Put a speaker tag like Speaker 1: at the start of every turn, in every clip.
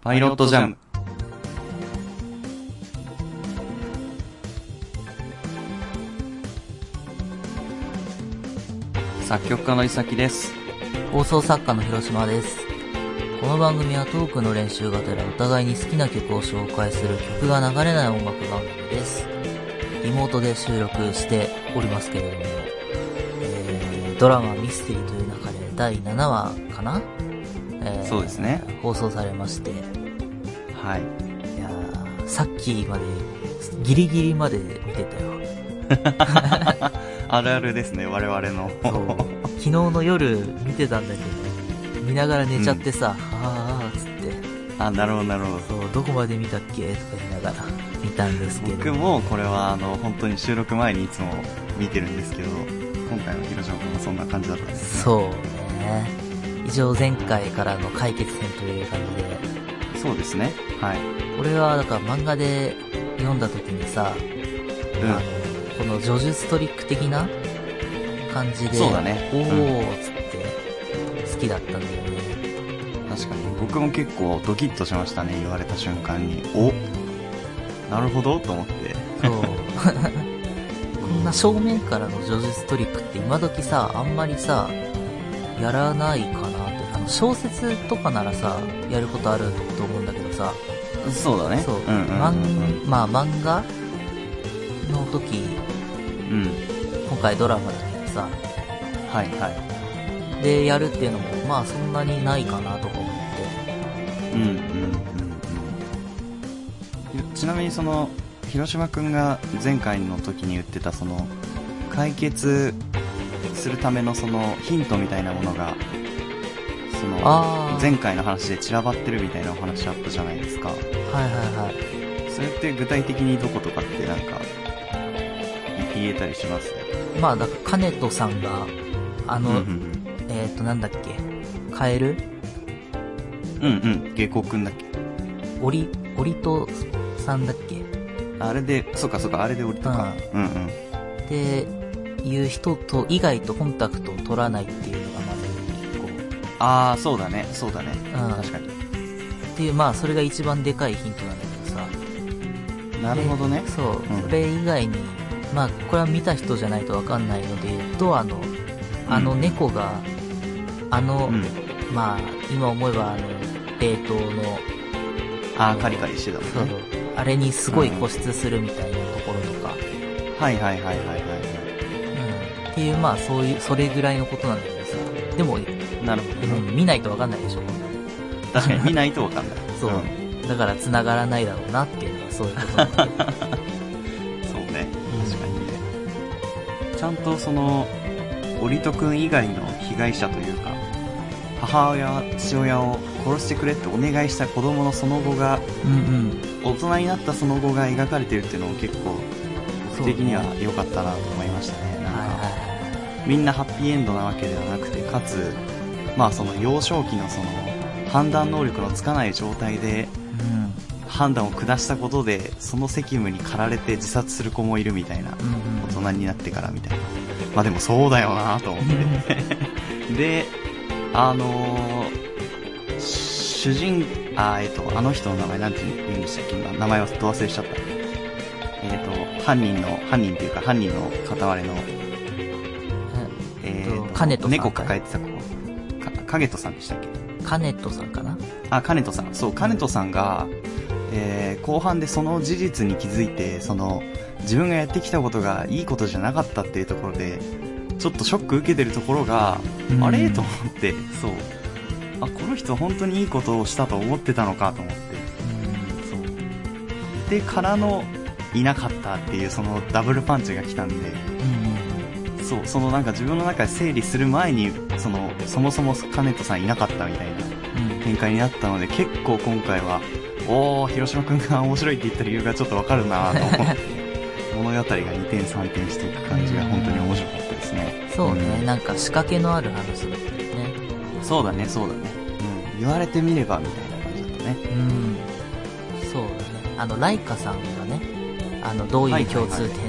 Speaker 1: パイロットジャム。作曲家のいさきです。
Speaker 2: 放送作家の広島です。この番組はトークの練習がてらお互いに好きな曲を紹介する曲が流れない音楽番組です。リモートで収録しておりますけれども、えー、ドラマミステリーという中で第7話かな、えー
Speaker 1: そうですね。
Speaker 2: 放送されまして、い
Speaker 1: はい。
Speaker 2: やーさっきまで、ギリギリまで見てたよ。
Speaker 1: あるあるですね、我々の。
Speaker 2: そう昨日の夜見てたんだけど、見ながら寝ちゃってさ、あーあーっつって。
Speaker 1: あ、なるほど、なるほど。
Speaker 2: そう、どこまで見たっけとか言いながら見たんですけど。
Speaker 1: 僕もこれはあの本当に収録前にいつも見てるんですけど今回の広島君はそんな感じだったんです
Speaker 2: そうね。以上前回からの解決編という感じで、
Speaker 1: そうですねはい
Speaker 2: 俺はだから漫画で読んだ時にさ、
Speaker 1: うん
Speaker 2: あのこの叙述トリック的な感じで、
Speaker 1: そうだね
Speaker 2: お
Speaker 1: うん
Speaker 2: ーっつって好きだったんだよね。
Speaker 1: 確かに僕も結構ドキッとしましたね言われた瞬間におなるほどと思って
Speaker 2: そう。 こんな正面からの叙述トリックって今時さ、あんまりさ、やらないかなって。あの、小説とかならさ、やることあると思うんだけどさ、
Speaker 1: そうだね
Speaker 2: そう、
Speaker 1: んうん
Speaker 2: まん
Speaker 1: うん
Speaker 2: まあ漫画の時、
Speaker 1: うん、
Speaker 2: 今回ドラマだけどさ、
Speaker 1: はいは
Speaker 2: でやるっていうのも、まあそんなにないかなとか思って。
Speaker 1: いうんうんうんうんちなみにその広島君が前回の時に言ってたその解決するためのそのヒントみたいなものがその
Speaker 2: あー
Speaker 1: 前回の話で散らばってるみたいなお話あったじゃないですか
Speaker 2: はいはいはい。
Speaker 1: それって具体的にどことかってなんかい言えたりします
Speaker 2: まあだから、金戸さんが、あ
Speaker 1: うん
Speaker 2: の、
Speaker 1: うん
Speaker 2: えっ、となんだっけ、カエル
Speaker 1: うんうんうん下校くんだっけ
Speaker 2: オリ、オリトさんだっけ
Speaker 1: あれでそうかそうかあれで降りたかうんうん
Speaker 2: っていう人と以外とコンタクトを取らないっていうのがまず一個っ
Speaker 1: ああそうだねそうだね、
Speaker 2: うん
Speaker 1: 確かに
Speaker 2: ていうまあそれが一番でかいヒントなんだけどさ
Speaker 1: なるほどね
Speaker 2: そう、
Speaker 1: うん
Speaker 2: それ以外にまあこれは見た人じゃないとわかんないので言うとあのあの猫が、あの、
Speaker 1: うん
Speaker 2: まあ今思えばあの冷凍の
Speaker 1: ああカリカリしてた
Speaker 2: そ
Speaker 1: も
Speaker 2: うん
Speaker 1: ね
Speaker 2: あれにすごい固執するみたいなところとか、
Speaker 1: はいはいはいはいは
Speaker 2: うん、っていうまあそういうそれぐらいのことなんだけどさでも、う
Speaker 1: いなるほどね
Speaker 2: ん、見ないとわかんないでしょ
Speaker 1: 確かに見ないとわかんない
Speaker 2: そう、
Speaker 1: ん
Speaker 2: だから繋がらないだろうなっていうのはそういうことなんだけど
Speaker 1: そうね確かにねちゃんとその織戸君以外の被害者というか母親父親を殺してくれってお願いした子供のその後が
Speaker 2: うん
Speaker 1: 大人になったその後が描かれてるっていうのも結構
Speaker 2: そう
Speaker 1: 僕
Speaker 2: ね
Speaker 1: 的には良かったなと思いましたね
Speaker 2: うんはい
Speaker 1: なんか
Speaker 2: は
Speaker 1: みんなハッピーエンドなわけではなくてかつまあその幼少期のその判断能力のつかない状態で
Speaker 2: いはい
Speaker 1: 判断を下したことでその責務に駆られて自殺する子もいるみたいな
Speaker 2: うんう
Speaker 1: 大
Speaker 2: んうん
Speaker 1: 人になってからみたいなまあでもそうだよなと思ってであのー主人あえっ、とあの人の名前なんて言うんでしたっけ今名前はど忘れしちゃったえっ、と犯人の犯人というか犯人の片割れのえ
Speaker 2: えっ
Speaker 1: ー
Speaker 2: と金戸さん
Speaker 1: 猫抱えてた子か影とさんでしたっけ
Speaker 2: カネットさんかな
Speaker 1: あ、金戸さん。そう、金戸さんが、えー後半でその事実に気づいて、その、自分がやってきたことがいいことじゃなかったっていうところで、ちょっとショック受けてるところが、
Speaker 2: うん
Speaker 1: あれと 思って、そう。あ、この人本当にいいことをしたと思ってたのかと思って、そう。で、からの、いなかったっていうそのダブルパンチが来たんで、
Speaker 2: うん
Speaker 1: そう、そのなんか自分の中で整理する前に、その、そもそも金戸さんいなかったみたいな。
Speaker 2: うんうん
Speaker 1: 展開になったので結構今回はおお広島君が面白いって言った理由がちょっとわかるなと思って 物語が2点3点していく感じが本当に面白かったですね
Speaker 2: そうね、
Speaker 1: ん
Speaker 2: なんか仕掛けのある話だったよね
Speaker 1: そうだねそうだね、うん、言われてみればみたいな感じだったね
Speaker 2: うんそうだねあのライカさんがねあのどういう共通点なんだ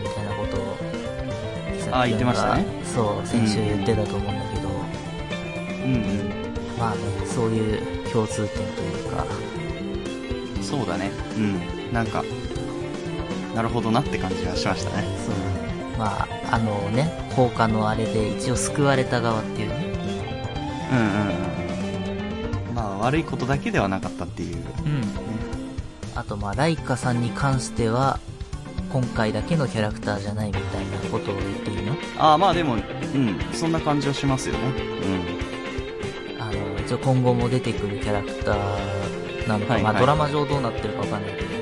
Speaker 2: みたいなことを、
Speaker 1: あ言ってましたね
Speaker 2: そう先週言ってたと思うんだけど、
Speaker 1: うん
Speaker 2: まあねそういう共通点というか
Speaker 1: そうだね。うん。なんか、なるほどなって感じがしましたね。
Speaker 2: そうだね。まあ、あのね、放火のあれで一応救われた側っていうね。
Speaker 1: うんうんうん。まあ、悪いことだけではなかったっていう。ね。
Speaker 2: うん。あと、まあ、ライカさんに関しては、今回だけのキャラクターじゃないみたいなことを言っていいの
Speaker 1: ああ、まあでも、うん、そんな感じはしますよね。うん。
Speaker 2: あの、一応今後も出てくるキャラクターなのか、
Speaker 1: はいはい
Speaker 2: まあ、ドラマ上どうなってるかわかんないけ
Speaker 1: う
Speaker 2: ど、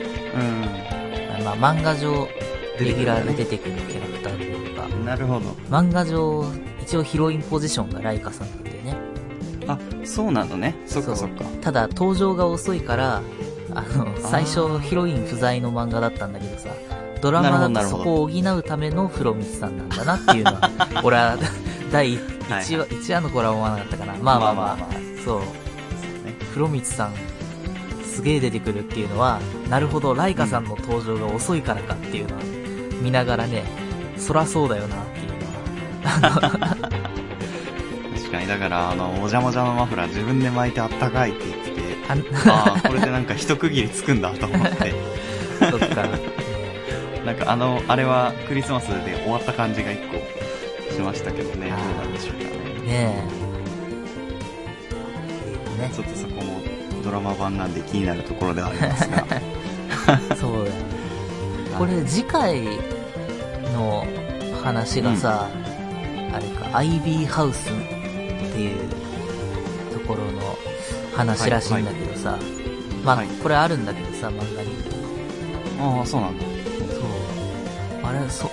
Speaker 2: まあ、漫画上、
Speaker 1: 出
Speaker 2: レ
Speaker 1: てくるね
Speaker 2: ギュラーで出てくるキャラクターというか、
Speaker 1: ん。なるほど。
Speaker 2: 漫画上、一応ヒロインポジションがライカさんなんだよね。
Speaker 1: あ、そうなのね。そっかそっか。
Speaker 2: ただ、登場が遅いから、あの、
Speaker 1: ー
Speaker 2: 最初ヒロイン不在の漫画だったんだけどさ、ドラマ
Speaker 1: な
Speaker 2: だ
Speaker 1: る
Speaker 2: と
Speaker 1: ほ
Speaker 2: そ
Speaker 1: ど
Speaker 2: こを補うためのフロミスさんなんだなっていうのは、 俺は、第1話、一話の頃は思わなかったかな。まあまあま
Speaker 1: まあ
Speaker 2: あ、
Speaker 1: まあま
Speaker 2: そう。フロミツさん、すげえ出てくるっていうのは、なるほど、ライカさんの登場が遅いからかっていうのは、見ながらね、そらそうだよなっていうのは、
Speaker 1: 確かに、だから、あの、おじゃもじゃのマフラー自分で巻いてあったかいって言ってて、
Speaker 2: あん
Speaker 1: ああ、これでなんか一区切りつくんだと思って、
Speaker 2: そっか。
Speaker 1: なんかあの、あれはクリスマスで終わった感じが一個しましたけどね、どう
Speaker 2: あ
Speaker 1: な
Speaker 2: ー
Speaker 1: んでしょうかね。
Speaker 2: ねえ。ね
Speaker 1: ち、ょっとそこもドラマ版なんで気になるところではありますが。
Speaker 2: そうだよね。これ、次回の話がさ、あれか、アイビーハウスっていうところの話らしいんだけどさ、ま
Speaker 1: は
Speaker 2: あ
Speaker 1: い、
Speaker 2: これあるんだけどさ、漫画に。
Speaker 1: ああ、そうなんだ。
Speaker 2: そう。あれ、そ、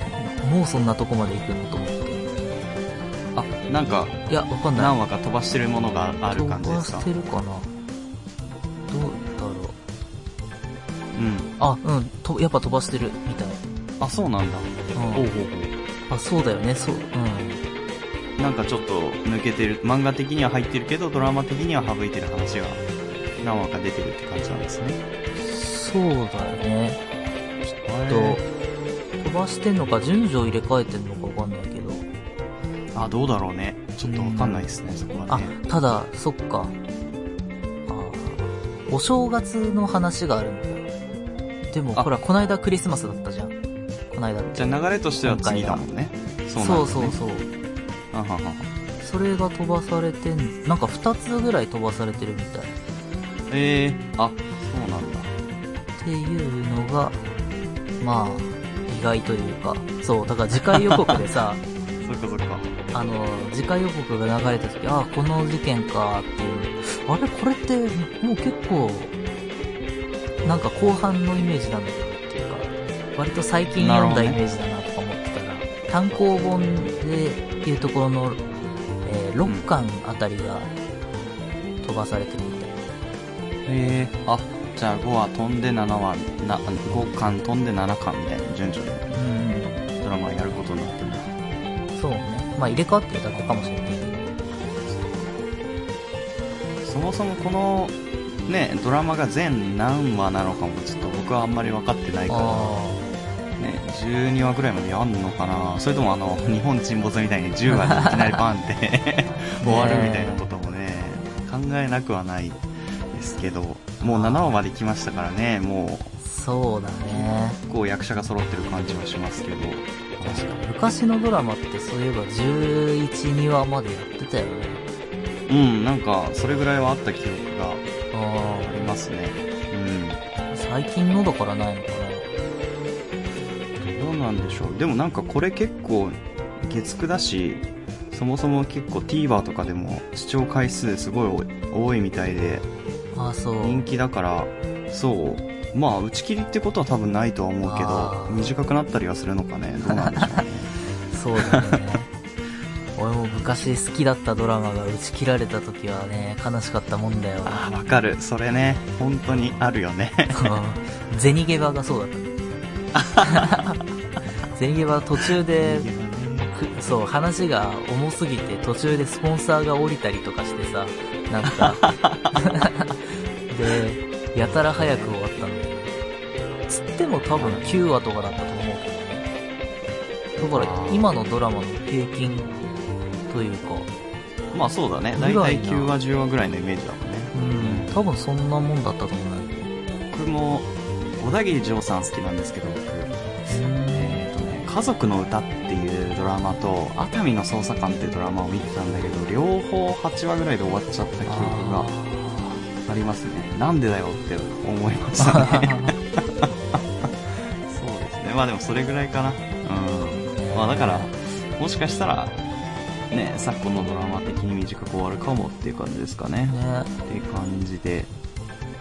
Speaker 2: もうそんなとこまで行くのと思って。
Speaker 1: あ、なんか
Speaker 2: いや、わかんない。
Speaker 1: 何話か飛ばしてるものがある感じですか
Speaker 2: 飛ばしてるかなどうだろ
Speaker 1: う
Speaker 2: う。
Speaker 1: ん。
Speaker 2: あ、うん、と、やっぱ飛ばしてる、みたい。
Speaker 1: あ、そうなんだ。
Speaker 2: う。
Speaker 1: ほうんほう
Speaker 2: あ、そうだよね、そう、うん。
Speaker 1: ほう。なんかちょっと抜けてる、漫画的には入ってるけど、ドラマ的には省いてる話が何話か出てるって感じなんですね。
Speaker 2: そうだよね。
Speaker 1: へ
Speaker 2: と、飛ばしてんのか、順序入れ替えてんのかわかんないけど。
Speaker 1: ーあ、どうだろうね。ちょっとわかんないですね、そこは
Speaker 2: あ
Speaker 1: ね。、
Speaker 2: ただ、そっか。あーお正月の話があるんだ。でも、
Speaker 1: あ
Speaker 2: ほら、こないだクリスマスだったじゃん。こないだって。
Speaker 1: じゃあ流れとしては次だもんね。そうなん
Speaker 2: そ
Speaker 1: で
Speaker 2: う
Speaker 1: す
Speaker 2: そ
Speaker 1: ね。
Speaker 2: うそう。
Speaker 1: あはは
Speaker 2: それが飛ばされてん、なんか2つぐらい飛ばされてるみたい。っ
Speaker 1: えー、あ、そうなんだ。
Speaker 2: ていうのが、まあ、意外というか。そう、だから次回予告で さ、
Speaker 1: そっかそっか。
Speaker 2: あの、次回予告が流れた時、ああ、この事件かっていう。あれこれって、もう結構、なんか後半のイメージなんだけどっていうか、割と最近読んだイメージだなとか思ってたら、単行本でっていうところの、え6巻あたりが飛ばされてるみたい。
Speaker 1: えー、あ、じゃあ5話飛んで7話、な、5巻飛んで7巻みたいな順序で
Speaker 2: うん、
Speaker 1: ドラマやることになってます。
Speaker 2: そうね。まあ入れ替わってるだけかもしれないけど。
Speaker 1: そもそもこの、ね、ドラマが全何話なのかもちょっと僕はあんまり分かってないか
Speaker 2: あ
Speaker 1: ら、ね、12話ぐらいまでやんのかなそれともあの、日本沈没みたいに10話でいきなりバンって 終わるみたいなこともね、考えなくはないですけど、もう7話まで来ましたからね、もう、
Speaker 2: あ、そうだね。
Speaker 1: こう役者が揃ってる感じはしますけど。
Speaker 2: 確かに。昔のドラマってそういえば11、2話までやってたよね。
Speaker 1: うん、なんか、それぐらいはあった記憶が
Speaker 2: あ
Speaker 1: ありますね。
Speaker 2: あ、最近のだからないのか
Speaker 1: うん。どうなんでしょう。でもなんかこれ結構、月9だし、そもそも結構 TVer とかでも視聴回数すごい多多いみたいで、
Speaker 2: な。ああ、そう。
Speaker 1: 人気だから、そう。まあ、打ち切りってことは多分ないとは思うけ
Speaker 2: あー
Speaker 1: ど、短くなったりはするのか ね。どうなんでしょうね。
Speaker 2: そうだね。俺も昔好きだったドラマが打ち切られた時はね、悲しかったもんだよ。
Speaker 1: ああ、わかる。それね、本当にあるよね。
Speaker 2: うんゼニゲバがそうだった。 ゼニゲバ途中で、くそう、話が重すぎて途中でスポンサーが降りたりとかしてさ、なんか、で、やたら早く終わったんだよね。つっても多分9話とかだったと思うけどね。だから今のドラマの平均というか、
Speaker 1: まあそうだね。だい
Speaker 2: ぐら
Speaker 1: た
Speaker 2: い
Speaker 1: い
Speaker 2: な
Speaker 1: 9話10話ぐらいのイメージだもんね。
Speaker 2: うん、多分そんなもんだったと思うんだけど。
Speaker 1: 僕も小田切丈さん好きなんですけど僕えっ、とね「家族の歌」っていうドラマと「熱海の捜査官」っていうドラマを見てたんだけど両方8話ぐらいで終わっちゃった記憶がありますねなんでだよって思いましたねそう ですねまあでもそれぐらいかな うんまあだからもしかしたらね昨今のドラマ的に短く終わるかもっていう感じですかね
Speaker 2: ね
Speaker 1: っていう感じで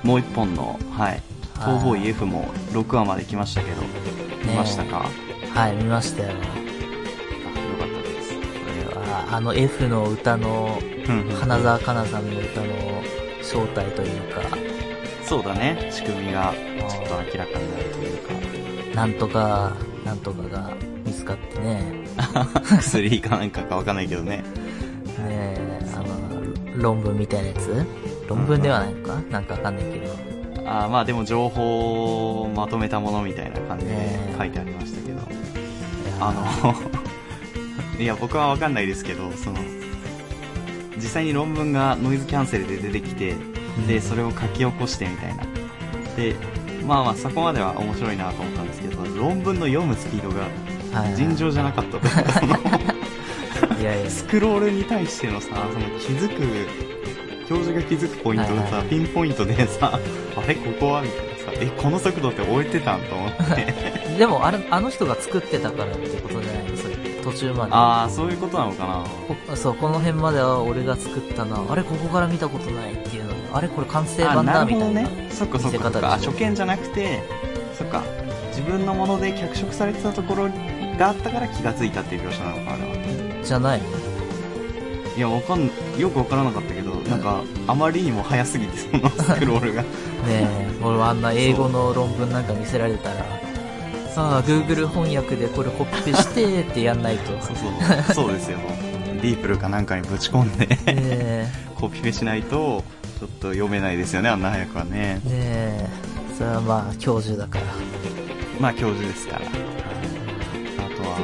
Speaker 1: もう一本のはい逃亡イ F も6話まで来ましたけど見ましたか、
Speaker 2: はい見ましたよ
Speaker 1: あよかったです
Speaker 2: これはあの F の歌の
Speaker 1: うんうん
Speaker 2: 花澤香菜さんの歌の正体というか
Speaker 1: そうだね仕組みがちょっと明らかになるという
Speaker 2: なんとかなんとかが見つかってね
Speaker 1: か薬かなんかかわかんないけどね
Speaker 2: ねえあの論文みたいなやつ論文ではないのか、なんかわかんないけど
Speaker 1: あーまあでも情報をまとめたものみたいな感じで
Speaker 2: ね
Speaker 1: 書いてありましたけど、あの いや僕はわかんないですけどその実際に論文がノイズキャンセルで出てきてでそれを書き起こしてみたいなでまあまあそこまでは面白いなと思ったんですけど論文の読むスピードが
Speaker 2: はい
Speaker 1: 尋常じゃなかったというかその
Speaker 2: いやいや
Speaker 1: スクロールに対してのさその気づく教授が気づくポイントがさ、
Speaker 2: はいはい
Speaker 1: ピンポイントでさ あれここはみたいなさえこの速度って終えてたんと 思って
Speaker 2: でもあれあの人が作ってたからってことじゃないのそれ途中まで
Speaker 1: ああそういうことなのかな
Speaker 2: こそうこの辺までは俺が作ったなあれここから見たことないっていうのであれこれ完成版だ
Speaker 1: あ
Speaker 2: みたいな
Speaker 1: ねそっかそっか
Speaker 2: 見せ
Speaker 1: そっ
Speaker 2: 方でしょ
Speaker 1: かあ初見じゃなくてそっか自分のもので脚色されてたところがあったから気がついたっていう描写なのかなあれは
Speaker 2: じゃないの
Speaker 1: いやわかんよくわからなかったけどなんかあまりにも早すぎてそのスクロー ルが
Speaker 2: ねえ俺はあんな英語の論文なんか見せられたらさあ Google 翻訳でこれコピペしてってやんないと
Speaker 1: そうそうそうですよディープルかなんかにぶち込んで
Speaker 2: ね
Speaker 1: コピペしないとちょっと読めないですよねあんな早くはね
Speaker 2: えねえそれはまあ教授だから
Speaker 1: まあ教授ですからあとは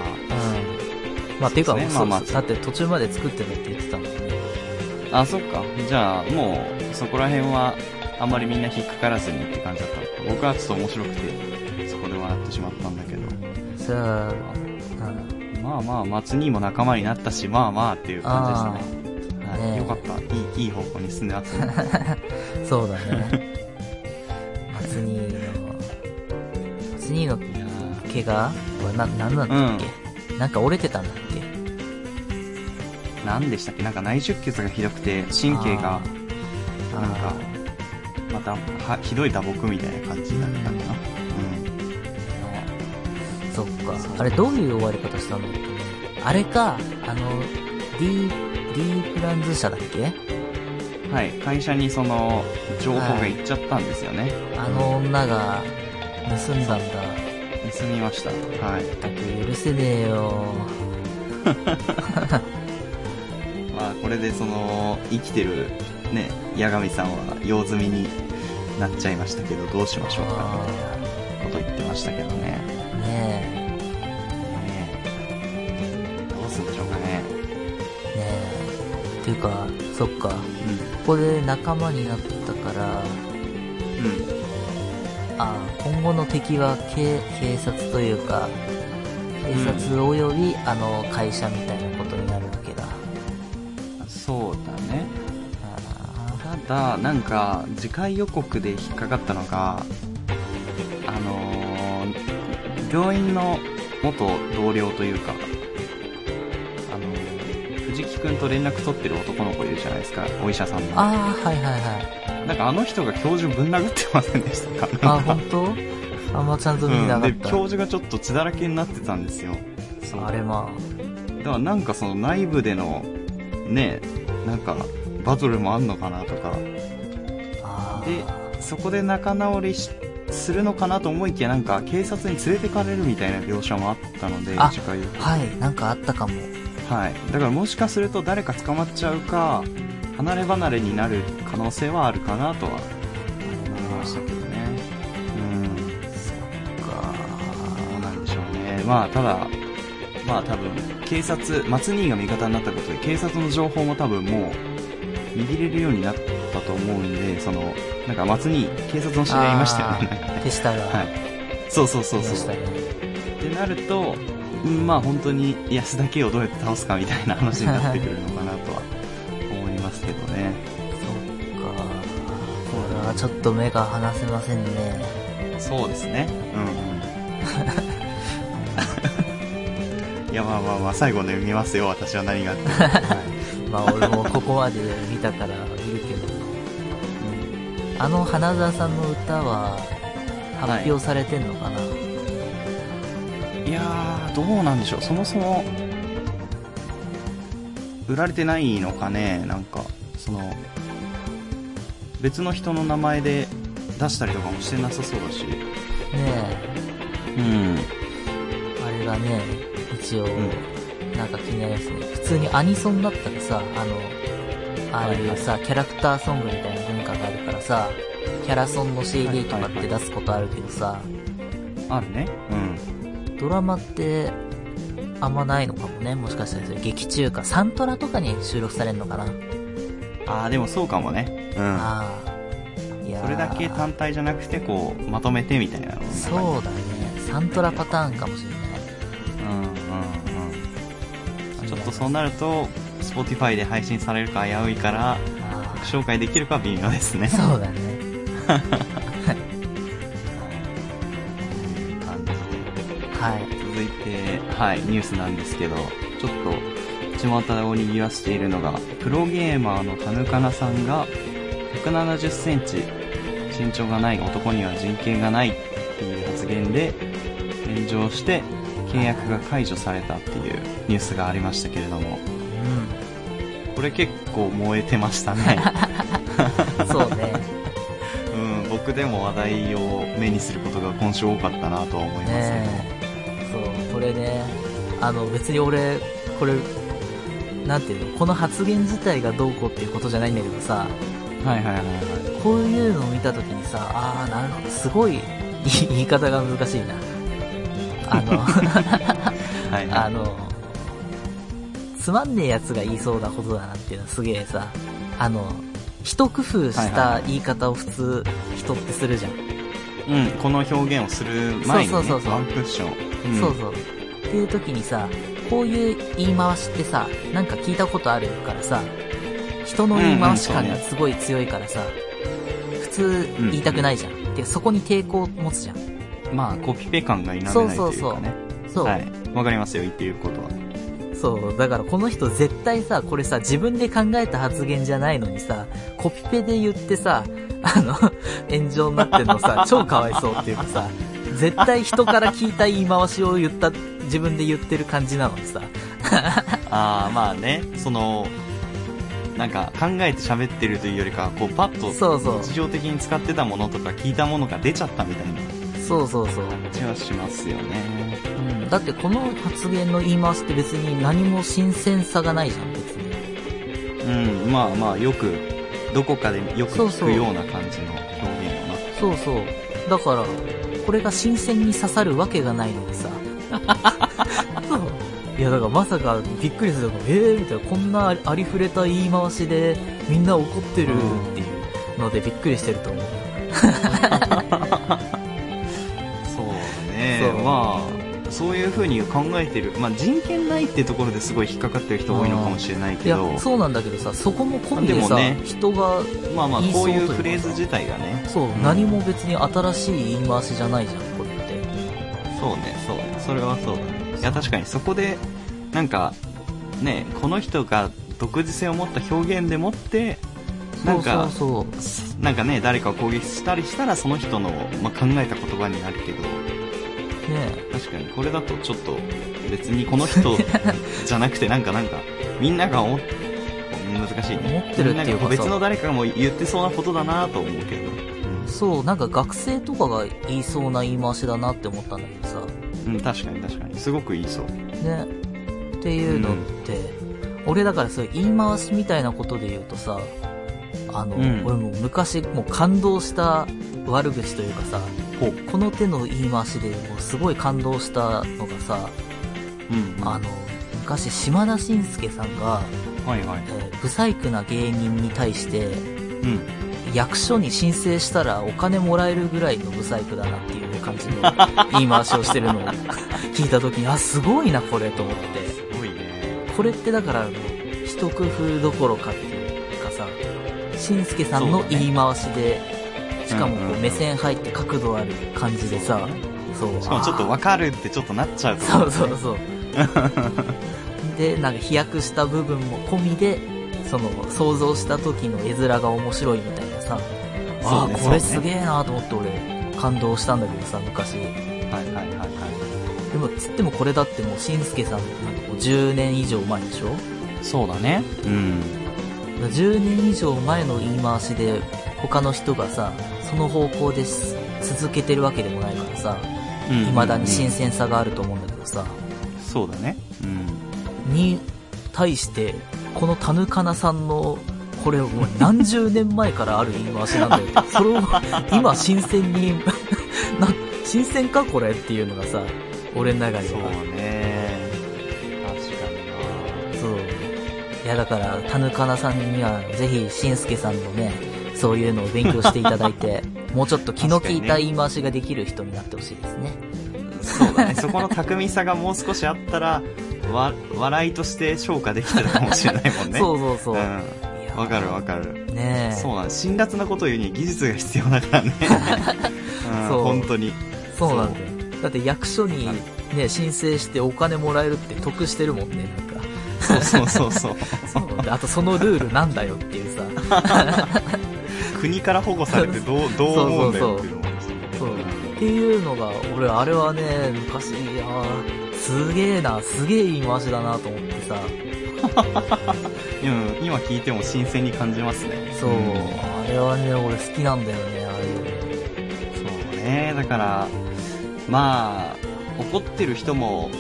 Speaker 2: うんまあていうか
Speaker 1: そうですね
Speaker 2: そ
Speaker 1: まあまあ
Speaker 2: だって途中まで作ってたって言ってたもんね
Speaker 1: あそっかじゃあもうそこら辺はあんまりみんな引っかからずにって感じだったのか僕はちょっと面白くてそこで笑ってしまったんだけど
Speaker 2: それはうん
Speaker 1: まあまあ松にも仲間になったしまあまあっていう感じですねはい
Speaker 2: ねえ
Speaker 1: よかったいいいい方向に進んであったね
Speaker 2: そうだ ね。マツニーノ。マツニーノって怪我これな、なんなんだっけ、なんか折れてたんだっけ
Speaker 1: 何でしたっけなんか内出血がひどくて神経がなんか
Speaker 2: あ
Speaker 1: またはひどい打撲みたいな感じだったんだなうん
Speaker 2: ーそっか。あれどういう終わり方したんだっけねあれか、あの、D、D プランズ社だっけ
Speaker 1: はい会社にその情報が行っちゃったんですよね、
Speaker 2: あの女が盗んだんだ。
Speaker 1: 盗みましたはい
Speaker 2: だって許せねえよ。
Speaker 1: まあこれでその生きてるね八神さんは用済みになっちゃいましたけどどうしましょうかみたいな
Speaker 2: あ
Speaker 1: こと言ってましたけどね
Speaker 2: ーね
Speaker 1: ねえどうするんでしょうかね
Speaker 2: え、ねえ。っていうか、そっか。ここで仲間になったか
Speaker 1: うん
Speaker 2: ら、
Speaker 1: うん
Speaker 2: あ今後の敵は警警察というか警察および、あの会社みたいなことになるわけだ
Speaker 1: そうだね
Speaker 2: あ
Speaker 1: ただなんか次回予告で引っかかったのがあのー病院の元同僚というかあのー藤木君と連絡取ってる男の子いるじゃないですかお医者さん
Speaker 2: ー
Speaker 1: の
Speaker 2: あーはいはいはい
Speaker 1: なんかあの人が教授ぶん殴ってませんでしたか
Speaker 2: あ
Speaker 1: なんか
Speaker 2: 本当あんまちゃんと見てなか
Speaker 1: う
Speaker 2: っ
Speaker 1: ん、で
Speaker 2: た、
Speaker 1: 教授がちょっと血だらけになってたんですよそう
Speaker 2: あれまあ
Speaker 1: だからなんかその内部でのねなんかバトルもあんのかなとか
Speaker 2: あー
Speaker 1: でそこで仲直りしするのかなと思いきやなんか警察に連れてかれるみたいな描写もあったので
Speaker 2: あ
Speaker 1: 次回
Speaker 2: はいなんかあったかも
Speaker 1: はいだからもしかすると誰か捕まっちゃうか離れ離れになる可能性はあるかなとは思いましたけどねうん
Speaker 2: か
Speaker 1: どうなんでしょうねまあただまあ多分警察松兄が味方になったことで警察の情報も多分もう握れるようになったと思うんで、その、なんか松に警察の知り合いいましたよね、なんか
Speaker 2: あー
Speaker 1: ね。
Speaker 2: 手下が、
Speaker 1: はい
Speaker 2: い、。
Speaker 1: そうそうそう
Speaker 2: まし
Speaker 1: そ
Speaker 2: た
Speaker 1: う。
Speaker 2: ね。
Speaker 1: ってなると、うんまあ本当に安だけをどうやって倒すかみたいな話になってくるのかなとは思いますけどね。
Speaker 2: そっか。これはちょっと目が離せませんね。
Speaker 1: そうですね。うんうん。 いやまあまあまあ、最後まで見ますよ、私は何があっても。
Speaker 2: まあ俺もここまで見たから見るけど。あの花澤さんの歌は発表されてんのかな、
Speaker 1: いやー、どうなんでしょう、そもそも、売られてないのかね、なんか、その、別の人の名前で出したりとかもしてなさそうだし、
Speaker 2: ね
Speaker 1: うん、
Speaker 2: え、あれがね、一応、
Speaker 1: ん
Speaker 2: なんか気になりますね。普通にアニソンだったらさ、あの、ああいうさ、キャラクターソングみたいな文化があるからさ、キャラソンの CD とかって出すことあるけどさ、
Speaker 1: あるね、
Speaker 2: ドラマって、あんまないのかもね。もしかしたらそれ劇中か、サントラとかに収録されるのかな。
Speaker 1: うん。あー、でもそうかもね、うん。
Speaker 2: ああ。いやー
Speaker 1: それだけ単体じゃなくて、こう、まとめてみたいなのも
Speaker 2: そうだね。サントラパターンかもしれない。
Speaker 1: うんうんうん。ちょっとそうなると、Spotify で配信されるか危ういから、
Speaker 2: あ
Speaker 1: 紹介できるか微妙ですね
Speaker 2: あ。。そうだね。
Speaker 1: 感じで
Speaker 2: はい。
Speaker 1: 続いて、はい、ニュースなんですけど、ちょっと、巷を賑わしているのが、プロゲーマーのタヌカナさんが、170センチ、身長がない男には人権がないっていう発言で、炎上して、契約が解除されたっていうニュースがありましたけれども、
Speaker 2: う
Speaker 1: これ結構燃えてました ね。
Speaker 2: ん。そうね。
Speaker 1: うん、僕でも話題を目にすることが今週多かったなとは思いますけど、
Speaker 2: ねえ。そう、これね。あの、別に俺、これ、なんていうの、この発言自体がどうこうっていうことじゃないんだけどさ、
Speaker 1: はいはいはいはい。
Speaker 2: こういうのを見たときにさ、あー、なるほど、すごい、い言い方が難しいな。あの、
Speaker 1: はい はい
Speaker 2: あの、つまんねえやつが言いそうなことだなっていうのはすげえさ、あの、一工夫した言い方を普通、人ってするじゃん。
Speaker 1: うん、この表現をする前に、ね、
Speaker 2: そうそうそうそう
Speaker 1: ワンクッション。ん
Speaker 2: そうそう。っていう時にさ、こういう言い回しってさ、なんか聞いたことあるからさ、人の言い回し感がすごい強いからさ、普通言いたくないじゃん。で、そこに抵抗を持つじゃん。
Speaker 1: まあ、コピペ感が否めないというかね。
Speaker 2: そうそうそうそう。
Speaker 1: はい。わかりますよ、言ってることは。
Speaker 2: そう、だからこの人絶対さ、これさ、自分で考えた発言じゃないのにさ、コピペで言ってさ、あの、 炎上になってんのさ、超かわいそうっていうかさ、絶対人から聞いた言い回しを言った、自分で言ってる感じなのにさ、
Speaker 1: ああ、まあね、その、なんか考えて喋ってるというよりかは、こうパッと
Speaker 2: そうそう
Speaker 1: 日常的に使ってたものとか聞いたものが出ちゃったみたいな
Speaker 2: そうそうそう。
Speaker 1: 感じはしますよね。
Speaker 2: うん、だってこの発言の言い回しって別に何も新鮮さがないじゃん、別に。
Speaker 1: うん、まあまあ、よく、どこかでよく
Speaker 2: そうそ
Speaker 1: 聞
Speaker 2: う
Speaker 1: くような感じの表現だな。
Speaker 2: そうそう。だから、これが新鮮に刺さるわけがないの にさ。そういや、だからまさかびっくりするのえー、みたいな、こんなありふれた言い回しでみんな怒ってるっていうのでびっくりしてると思う。
Speaker 1: そうね
Speaker 2: そう
Speaker 1: まあそういうふうに考えてる、まあ、人権ないってところですごい引っかかってる人多いのかもしれない
Speaker 2: い
Speaker 1: け
Speaker 2: や
Speaker 1: ど、
Speaker 2: そうなんだけどさ、そこも込ん
Speaker 1: で
Speaker 2: で
Speaker 1: も
Speaker 2: さ、
Speaker 1: ね
Speaker 2: 人が、
Speaker 1: まあまあ
Speaker 2: 言いそ
Speaker 1: こ
Speaker 2: う
Speaker 1: う
Speaker 2: と
Speaker 1: い
Speaker 2: い
Speaker 1: うう
Speaker 2: か
Speaker 1: フレーズ自体がね
Speaker 2: そう、
Speaker 1: ん
Speaker 2: 何も別に新しい言い回しじゃないじゃん、これって。
Speaker 1: そうねそうねそれはそうだねいや確かにそこでなんかねこの人が独自性を持った表現でもってなんか
Speaker 2: そうそうそう。
Speaker 1: なんかね誰かを攻撃したりしたらその人の、まあ、考えた言葉になるけど
Speaker 2: ねえ
Speaker 1: 確かにこれだとちょっと別にこの 人じゃなくてなんかなんかみんなが思っ難しいね
Speaker 2: 思ってるってい
Speaker 1: みん
Speaker 2: うかさ
Speaker 1: なが別の誰かも言ってそうなことだなと思うけどうん
Speaker 2: そう、なんか学生とかが言いそうな言い回しだなって思ったんだけどさ、
Speaker 1: うん、確かに確かにすごくいいそう
Speaker 2: ね。っていうのって、俺だからそういう言い回しみたいなことで言うとさ、あの、
Speaker 1: うん
Speaker 2: 俺もう昔もう感動した悪口というかさ、
Speaker 1: ほう
Speaker 2: この手の言い回しでもうすごい感動したのがさ、
Speaker 1: うん
Speaker 2: あの、昔島田紳介さんが、
Speaker 1: はいはい
Speaker 2: え。ー不細工な芸人に対して、
Speaker 1: うん。
Speaker 2: 役所に申請したらお金もらえるぐらいの不細工だなっていう感じの言い回しをしてる のを聞いた時に、あ、すごいな、これと思って。
Speaker 1: すごいね。
Speaker 2: これってだから、一工夫どころかっていうかさ、しんすけさん
Speaker 1: そう
Speaker 2: の
Speaker 1: だね
Speaker 2: 言い回しで、しかも
Speaker 1: うん
Speaker 2: こ
Speaker 1: うんう
Speaker 2: うん目線入って角度ある感じでさ、そう。
Speaker 1: しかもちょっとわかるってちょっとなっちゃうと
Speaker 2: そうそうそう。で、なんか飛躍した部分も込みで、その、想像した時の絵面が面白いみたいなさ、
Speaker 1: そ
Speaker 2: ああ、
Speaker 1: うね
Speaker 2: これ
Speaker 1: そ
Speaker 2: す
Speaker 1: うね
Speaker 2: げえなと思って俺、感動したんだけどさ、昔。で
Speaker 1: はいはいはいは
Speaker 2: も、つってもこれだってもう、しんすけさんってなんかこう10年以上前でしょ
Speaker 1: い。そうだね。うん。
Speaker 2: 10年以上前の言い回しで、他の人がさ、その方向でし続けてるわけでもないからさ、
Speaker 1: うん。
Speaker 2: 未だに
Speaker 1: う
Speaker 2: 新
Speaker 1: ん
Speaker 2: 鮮さがあると思うんだけどさ、
Speaker 1: そうだね。うん。
Speaker 2: に対して、このタヌカナさんの、これもう何十年前からある言い回しなんだよ って、それを今新鮮に、な、新鮮かこれっていうのがさ、俺の中で
Speaker 1: そう
Speaker 2: は。
Speaker 1: ね。確かにな。
Speaker 2: そう。いやだから、タヌカナさんにはぜひ、しんすけさんのね、そういうのを勉強していただい て、もうちょっと気の利いた言い回しができる人になってほしいですね。
Speaker 1: そうだね。そこの巧みさがもう少しあったら、わ、笑いとして消化できてたかもしれないもんね。
Speaker 2: そうそうそう。
Speaker 1: う
Speaker 2: い
Speaker 1: ん。
Speaker 2: や
Speaker 1: わかるわかる。
Speaker 2: ねえ。
Speaker 1: そうなんです辛辣なことを言うに技術が必要だ からね。うん、
Speaker 2: そう
Speaker 1: 本当に。
Speaker 2: そうなんだよ。だって役所にね、申請してお金もらえるって得してるもんね、なんか。
Speaker 1: そうそうそうそう。
Speaker 2: そうあとそのルールなんだよっていうさ。
Speaker 1: 国から保護されてどう、どう思うんだよっていうのもあるし
Speaker 2: そう。っていうのが、俺あれはね、昔、いやーすげえな、すげえ言い回しだなと思ってさ。
Speaker 1: うん、今聞いても新鮮に感じますね。
Speaker 2: そう、
Speaker 1: ん
Speaker 2: あれはね、俺好きなんだよね、ああいう
Speaker 1: そうね。だから、まあ、怒ってる人も、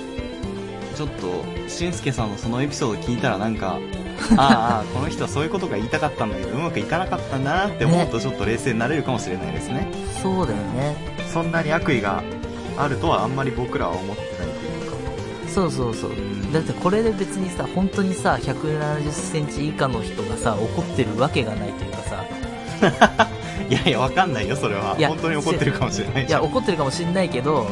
Speaker 1: ちょっと、しんすけさんのそのエピソード聞いたらなん か、ああ、この人はそういうことが言いたかったんだけど、うまくいかなかったんだなって思うとちょっと冷静になれるかもしれないですね。
Speaker 2: の。そうだよね。
Speaker 1: そんなに悪意があるとはあんまり僕らは思ってないというか。
Speaker 2: そうそうそう。だってこれで別にさ、本当にさ、170センチ以下の人がさ、怒ってるわけがないというかさ、
Speaker 1: いやいや、わかんないよ、それは。
Speaker 2: いや
Speaker 1: 本当に怒ってるかもしれない
Speaker 2: い
Speaker 1: じゃ
Speaker 2: や、
Speaker 1: ん。
Speaker 2: 怒ってるかもしんないけど、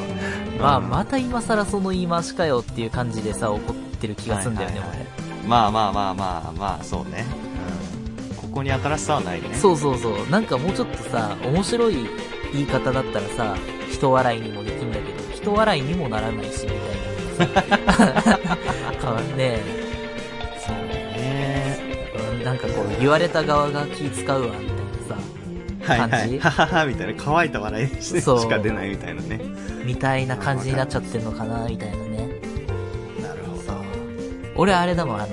Speaker 2: まあ、
Speaker 1: うん
Speaker 2: また今更その言い回しかよっていう感じでさ、怒ってる気がすんだよね、
Speaker 1: はいはいはいまあまあまあまあまあ、そうね。うん、ここに新しさはないね。
Speaker 2: 俺。そうそうそう。なんかもうちょっとさ、面白い言い方だったらさ、人笑いにもできんだけど、人笑いにもならないし、み たいな。かわんね
Speaker 1: そうね。
Speaker 2: え。なんかこう、言われた側が気使うわ、みた
Speaker 1: は
Speaker 2: いなさ、
Speaker 1: いは
Speaker 2: 感じ
Speaker 1: い。ははは、みたいな。乾いた笑いでし
Speaker 2: そう
Speaker 1: しか出ないみたいなね。
Speaker 2: みたいな感じになっちゃってるのかな、みたいなね。
Speaker 1: なるほ
Speaker 2: そう。俺あれだもん、あの、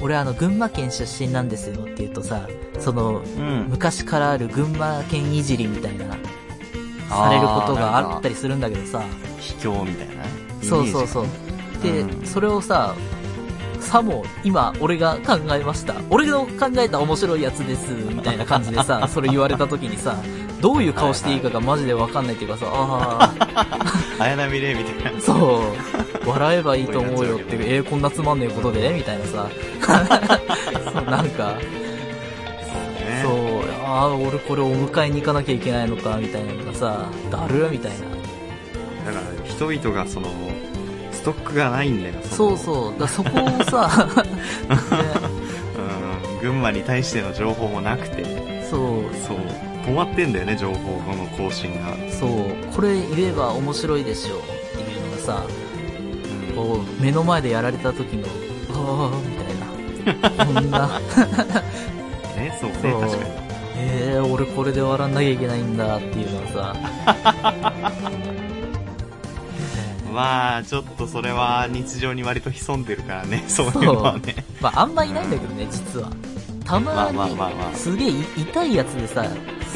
Speaker 2: 俺あの、群馬県出身なんですよって言うとさ、その、
Speaker 1: うん。
Speaker 2: 昔からある群馬県いじりみたいな、されることがあった
Speaker 1: り。
Speaker 2: りするんだけどさ、
Speaker 1: 秘境みたいな。
Speaker 2: そうそう
Speaker 1: う。
Speaker 2: そう。で、
Speaker 1: うん
Speaker 2: それをさ、さも、今、俺が考えました。俺の考えた面白いやつです、みたいな感じでさ、それ言われた時にさ、どういう顔していいかがマジでわかんないっていうかさ、ああ、
Speaker 1: 綾波レイみたいな。
Speaker 2: そう、笑えばいいと思うよっていう、えー、こんなつまんねえことでみたいなさ、そう、なんか、
Speaker 1: ね
Speaker 2: そう、ああ、俺これお迎えに行かなきゃいけないのか、みたいなのがさ、だるみたいな。
Speaker 1: だから、人々がその、ストックがないんだよ。
Speaker 2: そう
Speaker 1: う。
Speaker 2: そう。だからそこをさ、
Speaker 1: うん。群馬に対しての情報もなくて。
Speaker 2: ねそう、
Speaker 1: そう止まってんだよね情報の更新が、
Speaker 2: そう、これ言えば面白いでしょっていうのがさ、
Speaker 1: うん
Speaker 2: こう、目の前でやられた時の、ああ、みたいな。こんな、
Speaker 1: ねそうね
Speaker 2: そう
Speaker 1: 確かに
Speaker 2: えー、俺これで笑わなきゃいけないんだっていうのはさ、
Speaker 1: まあちょっとそれは日常に割と潜んでるからねそういうのはね
Speaker 2: まああんまいないんだけどね、実は。たま
Speaker 1: まあまあまあまあ
Speaker 2: に、すげえい痛いやつでさ、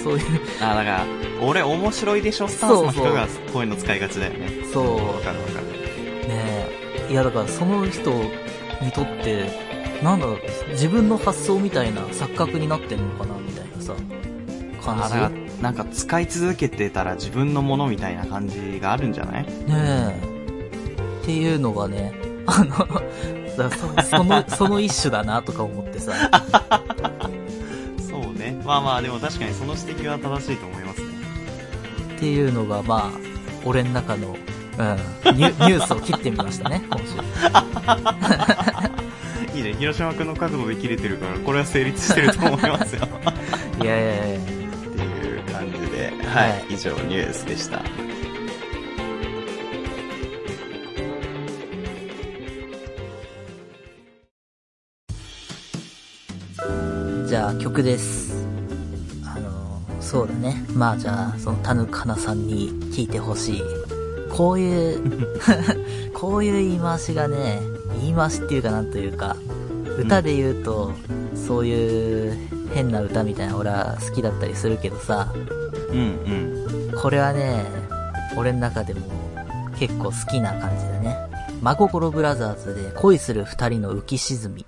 Speaker 2: そういう、
Speaker 1: あだから俺面白いでしょスタンスの人がこういうの使いがちだよね
Speaker 2: そう、
Speaker 1: わかるわかる
Speaker 2: ねえいやだからその人にとってなんだろう自分の発想みたいな錯覚になってんのかなみたいなさ
Speaker 1: あだから
Speaker 2: 感
Speaker 1: なんか使い続けてたら自分のものみたいな感じがあるんじゃない
Speaker 2: じねえっていうのがねあの、 だからそその、その一種だなとか思ってさ。
Speaker 1: そうね。まあまあ、でも確かにその指摘は正しいと思いますね。
Speaker 2: っていうのが、まあ、俺の中の、うん、ニュニュースを切ってみましたね、今週。
Speaker 1: いいね。広島君の覚悟で切れてるから、これは成立してると思います よ。
Speaker 2: いやいやいや
Speaker 1: っていう感じで、はい、
Speaker 2: はい
Speaker 1: 以上ニュースでした。
Speaker 2: じゃあ曲です。あの、そうだね。まあじゃあ、そのタヌカナさんに聴いてほしい。こういう、 こういう言い回しがね、言い回しっていうかなんというか、歌で言うと、そういう変な歌みたいな俺は好きだったりするけどさ、
Speaker 1: うんうん。
Speaker 2: これはね、俺の中でも結構好きな感じだね。真心ブラザーズで恋する二人の浮き沈み。